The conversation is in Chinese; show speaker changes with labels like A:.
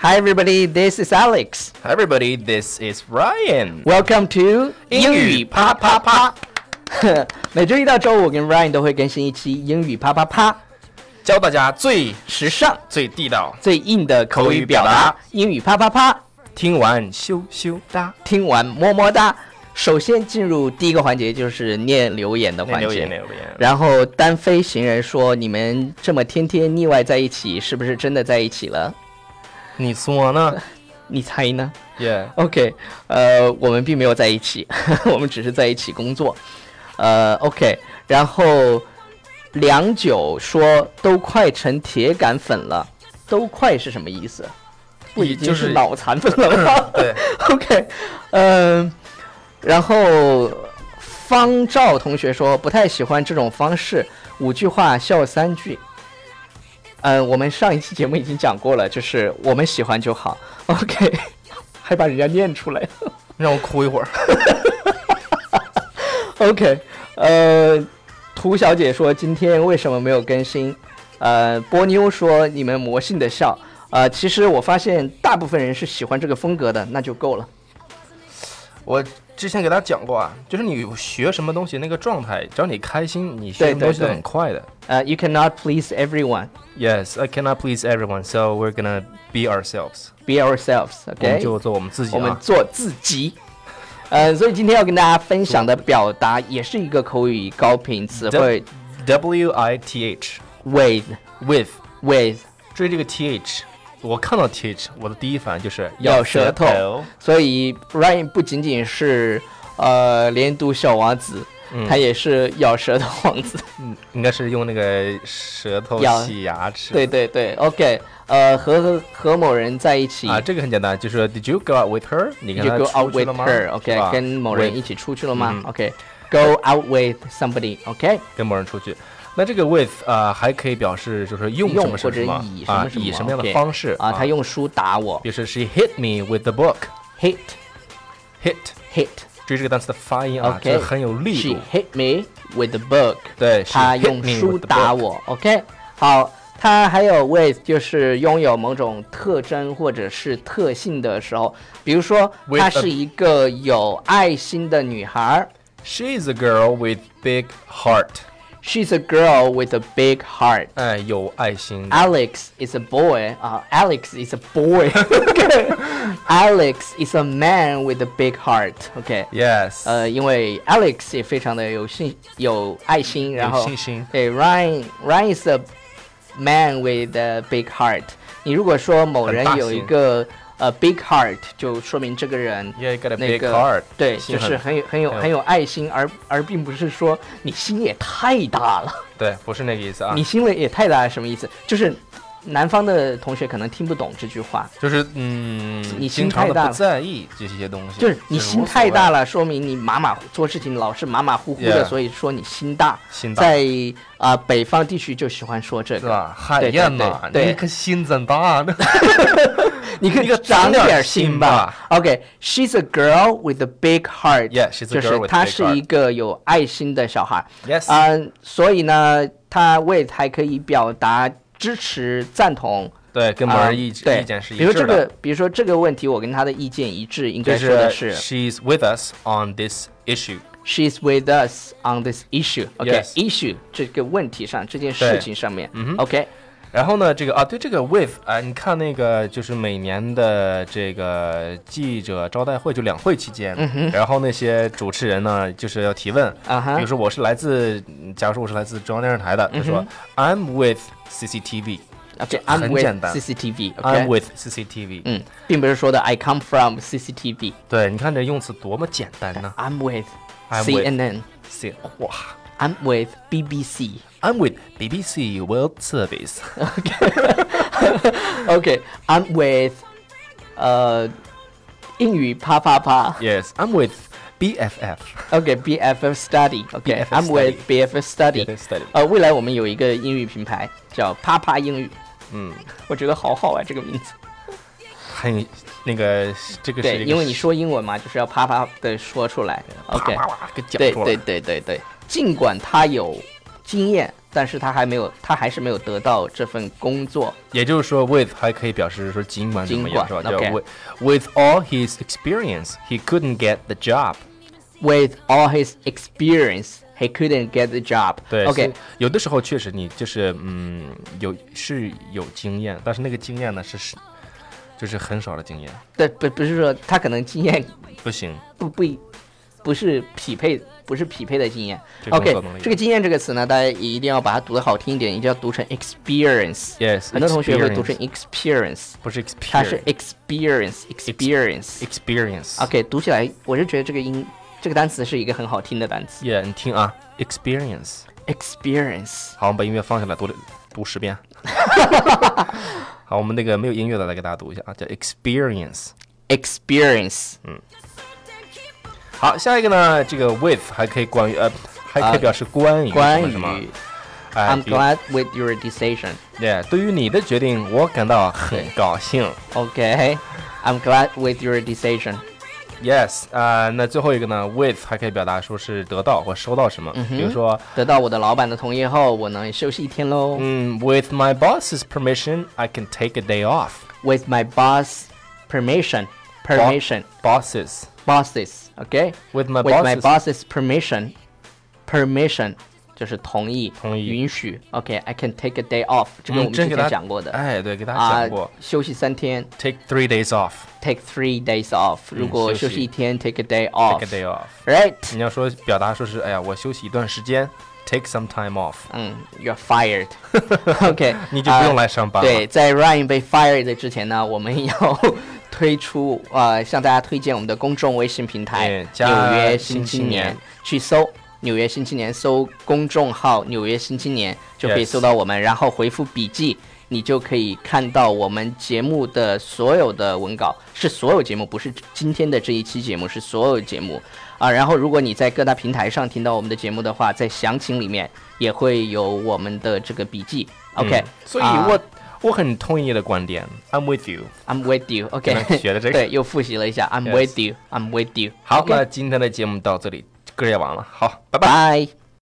A: Hi everybody, this is Alex.
B: Hi everybody, this is Ryan。
A: Welcome to
B: 英语啪啪啪，
A: 每周一到周五，我跟 Ryan 都会更新一期英语啪啪啪，
B: 教大家最
A: 时尚
B: 最地道，
A: 最硬的口语表达。英语啪啪啪，
B: 听完羞羞哒。
A: 听完么么哒。首先进入第一个环节，就是念留言的环
B: 念留
A: 节
B: 言，。念留言。
A: 然后单飞行人说：“你们这么天天腻歪在一起，是不是真的在一起了？
B: 你说呢？
A: 你猜呢？”
B: Yeah，
A: OK，呃，我们并没有在一起， 我们只是在一起工作。呃，OK，然后良久说都快成铁杆粉了，都快是什么意思？不已
B: 也
A: 经
B: 就是是
A: 脑残粉了吗
B: 对，
A: ？OK，嗯、然后方照同学说不太喜欢这种方式，五句话笑三句。嗯，我们上一期节目已经讲过了，就是我们喜欢就好。OK，还把人家念出来。
B: 让我哭一会儿。
A: OK，呃，涂小姐说今天为什么没有更新？呃，波妞说你们魔性的笑。呃，其实我发现大部分人是喜欢这个风格的，那就够了。
B: 我之前给大家讲过啊，就是你学什么东西那个状态，只要你开心，你
A: 对
B: 学什么东西都
A: 对对
B: 很快的。
A: 呃，You cannot please everyone.
B: Yes, I cannot please everyone, so we're gonna be ourselves.
A: Be ourselves.
B: 我们
A: OK，
B: 就做我们自己
A: 我们
B: 啊。
A: 做自己。呃，所以今天要跟大家分享的表达也是一个口语高频词汇
B: W I T H
A: ，with
B: with
A: with。
B: 追这个 th，我看到 th，我的第一反应就是
A: 咬舌头。所以 Ryan 不仅仅是呃连读小王子，他也是咬舌头王子。
B: 嗯，应该是用那个舌头
A: 咬
B: 洗牙 齿。
A: 对对对，OK，呃，和和和某人在一起。
B: 啊，这个很简单，就是 Did you go out with her？你跟
A: You
B: 她
A: go
B: 出
A: out
B: 去
A: with
B: 了吗
A: her，OK，、
B: 是吧
A: 跟某人
B: With-
A: 一起出去了吗、
B: 嗯
A: o k g o out with somebody，OK，、
B: 跟某人出去。那这个 with 啊，还可以表示就是用
A: 用
B: 什么什
A: 或者
B: 么
A: 以什
B: 啊
A: 么，什么
B: 以什么样的
A: OK
B: 方式
A: 啊，他，用书打我
B: 比如说 She hit me with the book。
A: ，hit
B: hit，
A: hit，
B: 注意这个单词的发音啊，
A: OK
B: 这个很有力
A: she
B: 度。
A: hit me with the book，
B: 对，
A: 他
B: she hit
A: 用
B: me with
A: 书
B: the
A: 打
B: book
A: 我，OK，好，他还有 with 就是拥有某种特征或者是特性的时候，比如说
B: With
A: 她
B: a-
A: 是一个有爱心的女孩儿
B: She is a girl with big heart。
A: ，she's a girl with a big heart。
B: 哎，有爱心的。
A: Alex is a boy 啊、a l e x is a boy 。Alex is a man with a big heart。OK，
B: Yes，
A: 呃，因为 Alex 也非常的有信有爱心，然后
B: 信心
A: 对 Ryan Ryan is a man with a big heart。你如果说某人
B: 很大
A: 有一
B: 心
A: 个呃 big heart，就说明这个人
B: Yeah, you got a
A: 那
B: big
A: 个
B: heart，
A: 对，
B: 心
A: 就是
B: 很
A: 很有很有
B: 很有
A: 很有爱心，而而并不是说你心也太大了。
B: 对，不是那个意思啊
A: 你，心里也太大是什么意思？就是南方的同学可能听不懂这句话，
B: 就是嗯，
A: 你心
B: 经常
A: 太
B: 的
A: 大
B: 不
A: 了
B: 在意这些东西，
A: 就是你心太大
B: 了。
A: 了，说明你马马虎做事情老是马马虎虎的
B: Yeah
A: 所以说你心大。
B: 心大
A: 在啊、北方地区就喜欢说这
B: 是
A: 个，
B: 吧？海
A: 对对
B: 燕呐，
A: 对
B: 你可心真大呢。
A: 你可以
B: 你可
A: 长
B: 长点
A: 点
B: 心
A: 心吧。OK，she's、a girl with a big heart，、
B: Yeah, she's
A: 就
B: a girl
A: 是
B: with
A: 她
B: big
A: 是一个有爱心的小孩。
B: Yes
A: 嗯、所以呢，她 with 还可以表达支持、赞同。
B: 对，跟某
A: 啊
B: 人意志
A: 对
B: 意见是一
A: 比如这
B: 致
A: 个
B: 的，，
A: 比如说这个问题，我跟他的意见一致，应
B: 就
A: 该说的是
B: she's with us on this issue。
A: she's with us on this issue。
B: Yes
A: OK，issue 这个问题上，这件事情上面
B: 哼。
A: OK，
B: 然后呢，这个啊，对这个 with 啊，你看那个就是每年的这个记者招待会，就两会期间，然后那些主持人呢，就是要提问，
A: 嗯啊哈嗯
B: 比如说我是来自，嗯假如说我是来自中央电视台的，他说 I'm with CCTV，
A: OK，
B: 很
A: I'm with
B: 简单
A: CCTV。
B: I'm
A: OK，
B: with CCTV，
A: 嗯，并不是说的 I come from CCTV。
B: 对，你看这用词多么简单呢
A: I'm with
B: I'm with-
A: CNN。
B: 是哇
A: I'm with BBC。
B: ，I'm with BBC World Service，
A: OK，I'm with 呃英语啪啪啪。
B: Yes，I'm with BFF。
A: OK BFF Study OK
B: BFF
A: I'm with BFF Study
B: BFF study
A: 呃，未来我们有一个英语品牌叫啪啪英语，
B: 嗯，
A: 我觉得好好啊这个名字。
B: 很那个这个是
A: 对，
B: 一个
A: 因为你说英文嘛，就是要啪啪的说出来。
B: 啪
A: OK，
B: 啪啪给讲
A: 对
B: 出来
A: 对对对对，尽管他有经验，但是他还没有，他还是没有得到这份工作。
B: 也就是说，with 还可以表示说尽管怎么样，是
A: 尽
B: 吧？
A: 管
B: 叫
A: OK
B: with with all his experience, he couldn't get the job。
A: With all his experience, he couldn't get the job.
B: 对
A: OK，
B: 有的时候确实你就是嗯有是有经验，但是那个经验呢是是就是很少的经验，
A: 对，不不是说他可能经验
B: 不行。
A: 不不一不是匹配，不是匹配的经验。
B: 这种
A: OK，
B: 劳动力
A: 这个经验这个词呢，大家也一定要把它读得好听一点，一定要读成 experience。
B: Yes，
A: 很多同学会读
B: experience
A: 成 experience，
B: 不是
A: 它是
B: experience
A: experience experience。
B: experience。
A: OK，读起来我是觉得这个音这个单词是一个很好听的单词
B: Yeah，你听啊，experience。
A: experience。
B: 好，我们把音乐放下来，读读十遍。 好，我们那个没有音乐的来给大家读一下啊，叫 experience。
A: experience
B: 嗯好，下一个呢，这个 with 还可以关于呃，还可
A: 啊
B: 以表示关于
A: 关
B: 什么什
A: 于
B: 么。哎
A: I'm glad with your decision.
B: 对，对于你的决定，我感到很高兴。
A: OK, I'm glad with your decision.
B: Yes，啊、那最后一个呢，with 还可以表达说是得到或收到什
A: 嗯
B: 么，比如说，
A: 得到我的老板的同意后，我能休息一天喽。
B: 嗯，with my boss's permission，I can take a day off。
A: With my boss permission, permission,
B: Bosses。
A: bosses. OK,
B: With my
A: with my boss's
B: boss's-
A: permission, permission 就是同意、
B: 同意
A: 允许。OK, I can take a day off. 这个我们
B: 真
A: 之
B: 嗯给大
A: 前
B: 家
A: 讲过的
B: 哎，对，给大家
A: 啊
B: 讲过、，
A: 休息三天
B: t a k e three days
A: ，take
B: off，take
A: three days off. 如果
B: 休
A: 休
B: 息
A: 息一天，take a day off.
B: a day off。
A: Right?
B: 你要说表达说是，哎呀，我休息一段时间，take some time off，
A: 嗯，you're fired 。OK，
B: 你就不用
A: 呃
B: 来上班了。
A: 对，在 Ryan 被 fired 之前呢，我们要 推出呃，向大家推荐我们的公众微信平台
B: 对
A: 《
B: 加
A: 纽约
B: 新
A: 新
B: 青
A: 青
B: 年
A: 年》，去搜《纽约新青年》，搜公众号“纽约新青年”就可以
B: Yes
A: 搜到我们，然后回复笔记。你就可以看到我们节目的所有的文稿，是所有节目，不是今天的这一期节目，是所有节目啊。然后，如果你在各大平台上听到我们的节目的话，在详情里面也会有我们的这个笔记。OK，、
B: 嗯所以
A: 啊
B: 我、我很同意你的观点，I'm with you。
A: I'm with you.
B: 刚
A: OK，
B: 学 的这个
A: 对，又复习了一下。I'm
B: Yes
A: with you. I'm with you.
B: 好
A: OK，
B: 那今天的节目到这里，歌也完了，好，拜拜。
A: 拜。